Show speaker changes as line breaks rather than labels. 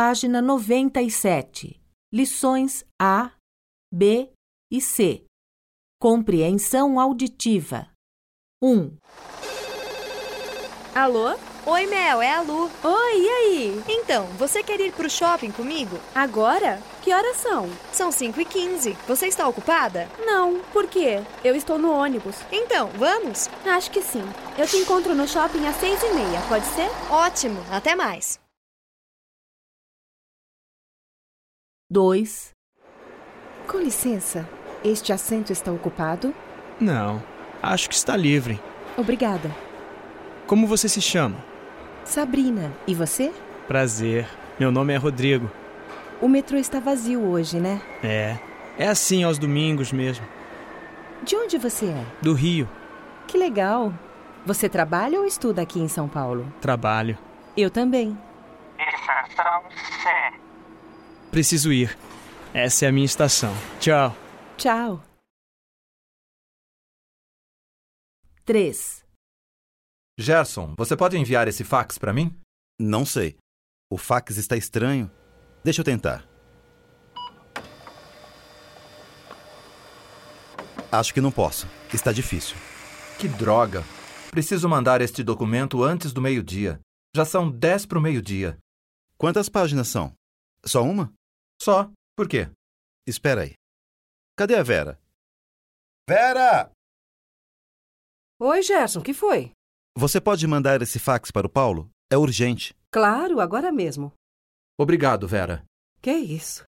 Página 97. Lições A, B e C. Compreensão auditiva. 1,
Alô?
Oi, Mel, é a Lu.
Oi, e aí?
Então, você quer ir pro shopping comigo?
Agora? Que horas são?
São 5 e 15 Você está ocupada?
Não, por quê? Eu estou no ônibus.
Então, vamos?
Acho que sim. Eu te encontro no shopping às seis e meia, pode ser?
Ótimo, até mais.
2,
Com licença, este assento está ocupado?
Não, acho que está livre.
Obrigada.
Como você se chama?
Sabrina, e você?
Prazer. Meu nome é Rodrigo.
O metrô está vazio hoje, né?
É, é assim aos domingos mesmo.
De onde você é?
Do Rio,
Que legal! Você trabalha ou estuda aqui em São Paulo?
trabalho.
Eu também.
Preciso ir. Essa é a minha estação. Tchau.
Tchau!
3,
Gerson, você pode enviar esse fax para mim?
Não sei. O fax está estranho. Deixa eu tentar. Acho que não posso. Está difícil.
Que droga! Preciso mandar este documento antes do meio-dia. Já são 10 para o meio-dia.
Quantas páginas são? Só uma?
Só. Por quê?
Espera aí. Cadê a Vera? Vera!
Oi, Gerson, que foi?
Você pode mandar esse fax para o Paulo? É urgente.
Claro, agora mesmo.
Obrigado, Vera.
Que isso?